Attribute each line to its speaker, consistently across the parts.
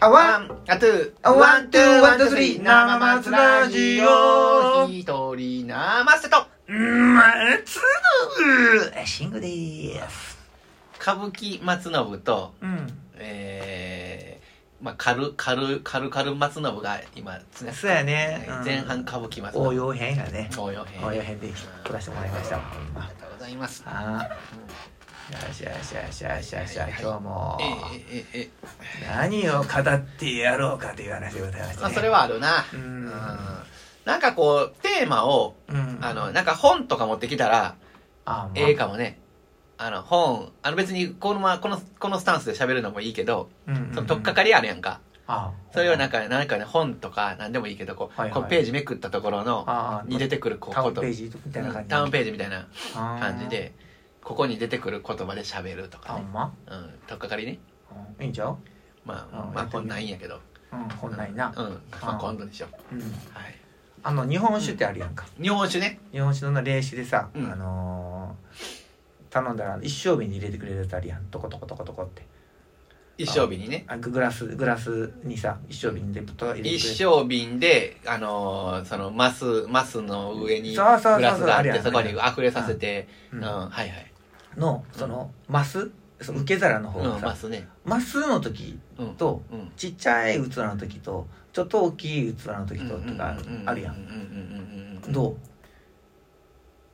Speaker 1: あ
Speaker 2: ワ
Speaker 1: わん
Speaker 2: ン、アトゥー、
Speaker 1: あ
Speaker 2: ワン、トゥー、ワン、トゥー、スリー、
Speaker 1: 生
Speaker 2: 生
Speaker 1: 松
Speaker 2: 松
Speaker 1: ラ
Speaker 2: ラ
Speaker 1: ジ
Speaker 2: ジ
Speaker 1: オ
Speaker 2: オ、一人生瀬と、
Speaker 1: 松信シングです
Speaker 2: 歌舞伎松信と、
Speaker 1: うん
Speaker 2: えー、まあ、カル、カル、カルカル松信が今、つ
Speaker 1: そうやねうん
Speaker 2: 前半歌舞伎松信。
Speaker 1: 応用編がね
Speaker 2: 応用編。
Speaker 1: 応用編で来らせてもらいました
Speaker 2: ありがとうございます。
Speaker 1: あよしよしよしよしよしよし今日も
Speaker 2: ええええええ
Speaker 1: 何を語ってやろうかという話でございまして、ね
Speaker 2: まあ、それはあるな。
Speaker 1: うん
Speaker 2: うんなんかこう、テーマを、
Speaker 1: うん
Speaker 2: あの、なんか本とか持ってきたら、
Speaker 1: あまあ
Speaker 2: ええかもね。あの、本、あの別にこのまま、この、このスタンスで喋るのもいいけど、
Speaker 1: うんうんうん
Speaker 2: その、とっかかりあるやんか。
Speaker 1: あ
Speaker 2: それをなんか、なんかね、本とか、なんでもいいけど、こう、
Speaker 1: はいはい
Speaker 2: こうページめくったところの、
Speaker 1: ああ
Speaker 2: に出てくるこう
Speaker 1: タウ
Speaker 2: こ
Speaker 1: ン
Speaker 2: と。
Speaker 1: ページみたいな感
Speaker 2: うん
Speaker 1: じ
Speaker 2: タウンページみたいな
Speaker 1: 感
Speaker 2: 感じで、ここに出てくる言葉で喋るとか
Speaker 1: あ
Speaker 2: ね。
Speaker 1: んま
Speaker 2: うん、とっかかりね。
Speaker 1: うんいいんちゃう
Speaker 2: ま
Speaker 1: う
Speaker 2: あ、
Speaker 1: ん
Speaker 2: まあ、
Speaker 1: やってみ
Speaker 2: こんなんいいんやけど。
Speaker 1: うん本来な
Speaker 2: うん、まあ
Speaker 1: うん
Speaker 2: 今度でしょ。
Speaker 1: うん
Speaker 2: はい。
Speaker 1: あの日本酒ってあるやんか
Speaker 2: 日本酒ね。
Speaker 1: 日本酒の冷酒でさあ
Speaker 2: うん
Speaker 1: のー頼んだら一升瓶に入れてくれるやつあるやんトコトコトコトコって
Speaker 2: 一升瓶にね。
Speaker 1: あググラスグラスにさ一升瓶でぶっと入れてくれる
Speaker 2: 一升瓶で、あのーその、マス、マスの上に、グ
Speaker 1: そうそう
Speaker 2: ラス
Speaker 1: そうそう
Speaker 2: があ
Speaker 1: あ
Speaker 2: っ
Speaker 1: るや
Speaker 2: て、
Speaker 1: ん
Speaker 2: そこに溢れさせて、
Speaker 1: う
Speaker 2: うんん、はいはい。
Speaker 1: のそのマスその受け皿の方
Speaker 2: う
Speaker 1: が
Speaker 2: ん、マ
Speaker 1: さ
Speaker 2: スね。
Speaker 1: マスの時
Speaker 2: うん。
Speaker 1: と
Speaker 2: うん。
Speaker 1: ちっちゃい器の時とちょっと大きい器の時ととかあるやん
Speaker 2: うんうんうんうんうん。
Speaker 1: どう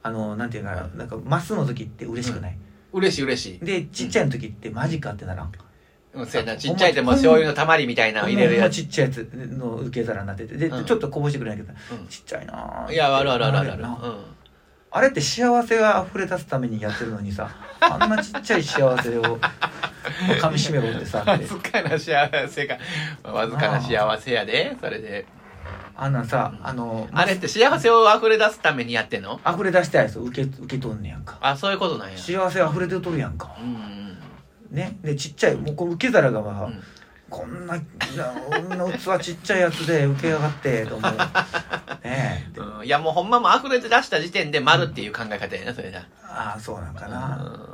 Speaker 1: あのなんていうかななんかマスの時って嬉しくない、
Speaker 2: 嬉しい嬉しい。
Speaker 1: でちっちゃいの時ってマジかってならん、
Speaker 2: うん、そうやな。ちっちゃいでも醤油のたまりみたいなの入れるやつ。
Speaker 1: ちっちゃいやつの受け皿になっててで、
Speaker 2: うん
Speaker 1: ちょっとこぼしてくれないけど
Speaker 2: うん
Speaker 1: ちっちゃいなぁ
Speaker 2: いや、あるあるあるある
Speaker 1: な
Speaker 2: ある。
Speaker 1: やんな
Speaker 2: う
Speaker 1: あれって幸せが溢れ出すためにやってるのに さあんなちっちゃい幸せをもう噛みしめろって さ
Speaker 2: ん。わずかな幸せが、わずかな幸せやで、それで。
Speaker 1: あんなんさあの
Speaker 2: あれって幸せを溢れ出すためにやってんの
Speaker 1: 溢れ出したやつを受け受け取んねやんか
Speaker 2: あ、そういうことなんや。
Speaker 1: 幸せ溢れてとるやんか
Speaker 2: うんうん
Speaker 1: ねでちっちゃいもうこの受け皿がまあ、
Speaker 2: うん
Speaker 1: こんな、こんな器ちっちゃいやつで受けやがって、 と思う。ねえ。
Speaker 2: うん。うん。いや、もうほんまもう溢れて出した時点で丸っていう考え方やな、それな。
Speaker 1: ああ、そうなんか
Speaker 2: う
Speaker 1: な。
Speaker 2: ん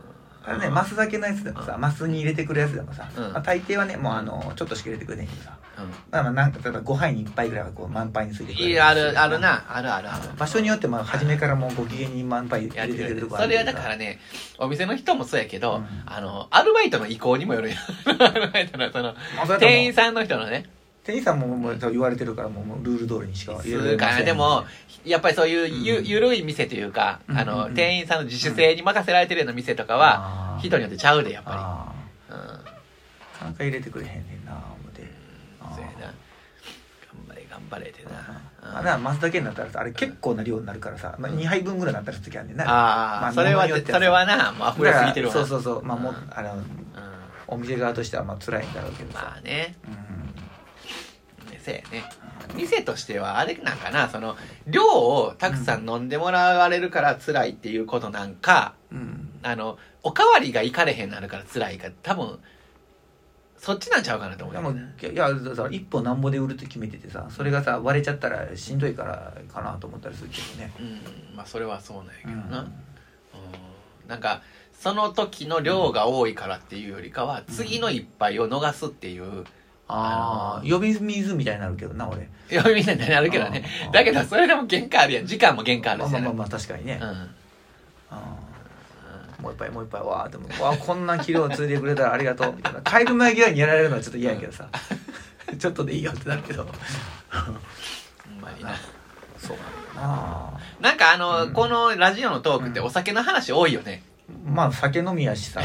Speaker 1: あれね、マスだけのやつでもさ、マスに入れてくるやつでもさ、
Speaker 2: うん
Speaker 1: まあ、大抵はね、もうあの、ちょっとしか入れてくれないけどさ、
Speaker 2: うん
Speaker 1: まあまあなんか、例えば5杯に1杯ぐらいはこう満杯についてく
Speaker 2: い
Speaker 1: れ
Speaker 2: やある、ある。な。あるあるある。
Speaker 1: 場所によって、まあ、初めからもうご機嫌に満杯入
Speaker 2: やっ
Speaker 1: れ
Speaker 2: て
Speaker 1: てくれる
Speaker 2: る
Speaker 1: とこ
Speaker 2: それはだかららねお店の人もそうやけど、
Speaker 1: うん
Speaker 2: あのアルバイトの意向にもよ るよアルバイトのその
Speaker 1: まあそれとも
Speaker 2: 店員さんの人のね
Speaker 1: 店員さんももう言われてるから、もうもうルール通りにしか入れられ
Speaker 2: す
Speaker 1: ま
Speaker 2: か
Speaker 1: せ
Speaker 2: ら
Speaker 1: ん
Speaker 2: でもやっぱりそういうゆ,、
Speaker 1: うん
Speaker 2: ゆるい店というか、
Speaker 1: う
Speaker 2: あ
Speaker 1: んう
Speaker 2: の
Speaker 1: んうん
Speaker 2: 店員さんの自主性に任せられてるような店とか
Speaker 1: あ
Speaker 2: は、
Speaker 1: ー
Speaker 2: 人によってちゃうでやっぱ
Speaker 1: あ
Speaker 2: りうん
Speaker 1: ーなかなか入れてくれへんねんな、思って。あー
Speaker 2: そうやな頑張れ頑張れって
Speaker 1: うん
Speaker 2: な、
Speaker 1: あ
Speaker 2: う
Speaker 1: だ
Speaker 2: ん
Speaker 1: からマスだけになったらさあれ結構な量になるからさ、まあ、2杯分ぐらいになったりする時あるねんな
Speaker 2: あー、
Speaker 1: ま
Speaker 2: それ
Speaker 1: 物
Speaker 2: は
Speaker 1: によって
Speaker 2: それはなもう溢れすぎてるわ
Speaker 1: だからそうそうそうまあもう
Speaker 2: うん
Speaker 1: あの
Speaker 2: うん
Speaker 1: お店側としてはまあ辛いんだろうけどさ、
Speaker 2: まあね
Speaker 1: うん
Speaker 2: せやね店としてはあれなんかなその量をたくさん飲んでもらわれるから辛いっていうことなんか、
Speaker 1: うん
Speaker 2: あのおかわりがいかれへんなるから辛いか多分そっちなんちゃうかなと思う
Speaker 1: で
Speaker 2: よ
Speaker 1: もいやだから一本なんぼで売ると決めててさそれがさ割れちゃったらしんどいからかなと思ったりするけどね、
Speaker 2: うんまあそれはそうなんやけ
Speaker 1: う
Speaker 2: ど
Speaker 1: ん
Speaker 2: な、うん、なんかその時の量が多いからっていうよりかは次の一杯を逃すっていう
Speaker 1: ああ呼び水みたいになるけどな俺
Speaker 2: 読みたいになるけどね
Speaker 1: あー
Speaker 2: だけどそれでも限界あるやん時間も限界ある
Speaker 1: まあ
Speaker 2: し
Speaker 1: まあ
Speaker 2: や
Speaker 1: まあ
Speaker 2: な
Speaker 1: まあ確かにね、
Speaker 2: うん
Speaker 1: あーもう一杯もう一杯わーって思うわーこんな器量ついでくれたらありがとうみたいな帰る前際にやられるのはちょっと嫌やけどさ ちょっとでいいよってなるけど
Speaker 2: うまいな
Speaker 1: そうあ
Speaker 2: なんかあの、
Speaker 1: うん
Speaker 2: このラジオのトークって
Speaker 1: うん
Speaker 2: お酒の話多いよね。
Speaker 1: まあ酒飲みやしさ、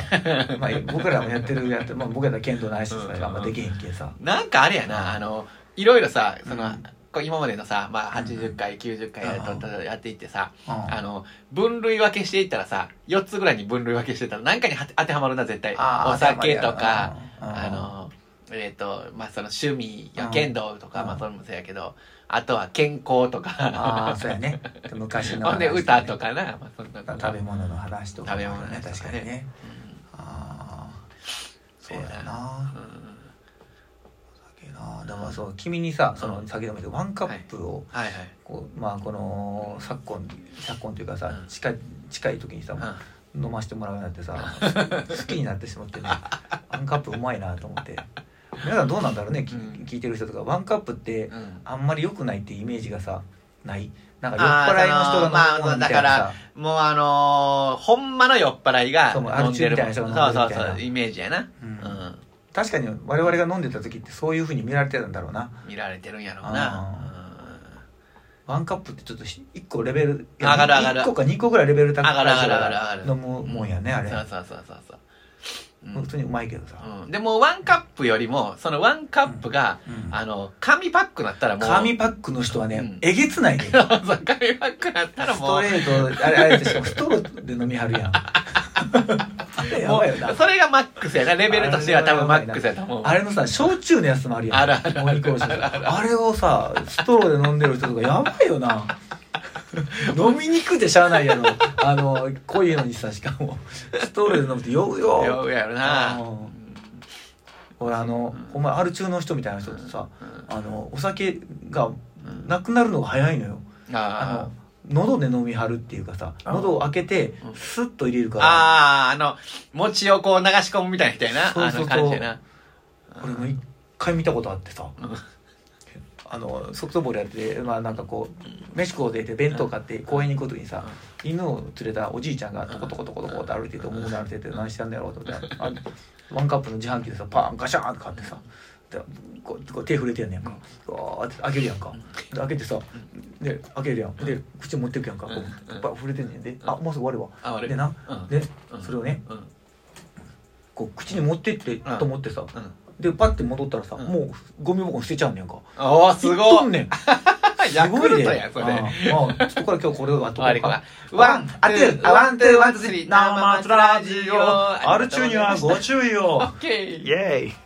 Speaker 1: まあ、僕らもやってるやって、まあ、僕ら剣道ないしさ
Speaker 2: うん
Speaker 1: あんまできへんけんさ
Speaker 2: なんかあれやな、あの、いろいろさ、その、
Speaker 1: うん
Speaker 2: こう今までのさ、まあ、
Speaker 1: うん
Speaker 2: 80回、90回やっとったやっていってさ、
Speaker 1: あ
Speaker 2: あの、分類分けしていったらさ、4つぐらいに分類分けしてたら、なんかにはて当てはまるな、絶対。お酒とか、あの、えっ、と、まあ、その趣味や
Speaker 1: うん
Speaker 2: 剣道とか、
Speaker 1: うん
Speaker 2: まあ、それもそうやけど、あとは健康と
Speaker 1: ああ
Speaker 2: か、
Speaker 1: そうやね昔の
Speaker 2: ほ
Speaker 1: 話
Speaker 2: んで歌とかな、まあ、そんなこと
Speaker 1: 食べ物の話とか
Speaker 2: 食べ物の話とかね
Speaker 1: 確かにね
Speaker 2: う
Speaker 1: あ
Speaker 2: ん
Speaker 1: あそうや
Speaker 2: そうや
Speaker 1: な
Speaker 2: うん
Speaker 1: 酒なだからそう君にさその酒飲みでワンカップを
Speaker 2: はいはい。
Speaker 1: こうまあこの昨今昨今というかさ
Speaker 2: うん
Speaker 1: 近い近い時にさ
Speaker 2: うん
Speaker 1: 飲 ましてもらうようになってさ好きになってしまってねワンカップうまいなと思って皆さんどうなんだろうね、き
Speaker 2: うん
Speaker 1: 聞いてる人とかワンカップって
Speaker 2: うん
Speaker 1: あんまり良くないっていうイメージがさないなんか酔っ
Speaker 2: あー
Speaker 1: 払いの人が飲むもの
Speaker 2: そのまあ
Speaker 1: みたいなさ、
Speaker 2: もうあのー、ほんまの酔っ払いが
Speaker 1: そうもう
Speaker 2: 飲んでるもん
Speaker 1: アル中
Speaker 2: そう
Speaker 1: みたいな人
Speaker 2: そ
Speaker 1: が飲ん
Speaker 2: う
Speaker 1: でるみたいな
Speaker 2: そうイメージやな、
Speaker 1: う
Speaker 2: うんん
Speaker 1: 確かに我々が飲んでた時ってそういうふうに見られてたんだろうな
Speaker 2: 見られてるんやろうな、
Speaker 1: ワンカップってちょっとし一個レベル
Speaker 2: 上がる上がる
Speaker 1: 1個か2個ぐらいレベル
Speaker 2: うん、
Speaker 1: 高い
Speaker 2: 上がる上がる上がる上が
Speaker 1: 飲
Speaker 2: る
Speaker 1: むもんやねあれ、
Speaker 2: そうそうそうそうそううん
Speaker 1: 普通にうまいけどさ、
Speaker 2: うんでもうワンカップよりもそのワンカップが、
Speaker 1: うん
Speaker 2: あの紙パックなったらもう
Speaker 1: 紙パックの人はね、
Speaker 2: うん
Speaker 1: えげつないね
Speaker 2: そう紙パックなったら
Speaker 1: ス
Speaker 2: も
Speaker 1: ト
Speaker 2: う
Speaker 1: レートあれあれでしかもストローで飲みはるや んあれや
Speaker 2: も
Speaker 1: ばいよな
Speaker 2: うそれがマックスやなレベルとしては多分マックスやと思う
Speaker 1: あれのさ焼酎のやつもあるやん
Speaker 2: あるあるある
Speaker 1: お肉をしてさあれをさストローで飲んでる人とかやばいよ な飲みにくくてしゃあないやろあの濃いのにさしかもストローで飲むって酔うよ
Speaker 2: ようやろな
Speaker 1: うん俺あの、
Speaker 2: うん
Speaker 1: お前アル中の人みたいな人ってさ、
Speaker 2: うん
Speaker 1: あのお酒が
Speaker 2: うん
Speaker 1: なくなるのが早いのよ、
Speaker 2: あ
Speaker 1: あの喉で飲みはるっていうかさ
Speaker 2: あ
Speaker 1: 喉を開けて
Speaker 2: うん
Speaker 1: スッと入れる
Speaker 2: ー
Speaker 1: から、
Speaker 2: あーあの餅をこう流し込むみたいな人やな
Speaker 1: そうそうそう
Speaker 2: あの感じやな
Speaker 1: 俺も一回見たことあってさ、
Speaker 2: うん
Speaker 1: あのソフトボールやっててまあなんかこう飯食おうぜって弁当買って公園に行く時にさ、犬を連れたおじいちゃんがトコトコトコトコって歩いてて思うな歩いてて何してんだろうと思ってあワンカップの自販機でさパンガシャーンって買ってさでこうこう手触れてやんねやんかわーって開けるやんかで開けてさで開けるやんで口持ってくやんかこ
Speaker 2: うん
Speaker 1: うバッ触れてんねんであもうすぐ終わる
Speaker 2: あ
Speaker 1: わ
Speaker 2: 悪い
Speaker 1: でな
Speaker 2: うん
Speaker 1: で
Speaker 2: うん
Speaker 1: それをね
Speaker 2: うん
Speaker 1: こう口に持ってって
Speaker 2: うん
Speaker 1: と思ってさ
Speaker 2: うん
Speaker 1: でパッて戻ったらさ
Speaker 2: うん
Speaker 1: もうゴミ箱に捨てちゃうねやんか
Speaker 2: おーす
Speaker 1: いっと
Speaker 2: ご
Speaker 1: ん
Speaker 2: い
Speaker 1: ねん
Speaker 2: ヤクルト
Speaker 1: ね
Speaker 2: やそれ
Speaker 1: ああああちょっとこれ今日これはど
Speaker 2: 終わりか
Speaker 1: ワン、あてあ、ワン、ツー、ワン、ツー、スリー、生松ラジオ。
Speaker 2: あ
Speaker 1: あ
Speaker 2: る
Speaker 1: る
Speaker 2: 中
Speaker 1: 中
Speaker 2: に
Speaker 1: に
Speaker 2: は
Speaker 1: は
Speaker 2: ご
Speaker 1: ご注意を。
Speaker 2: OK
Speaker 1: イェーイ。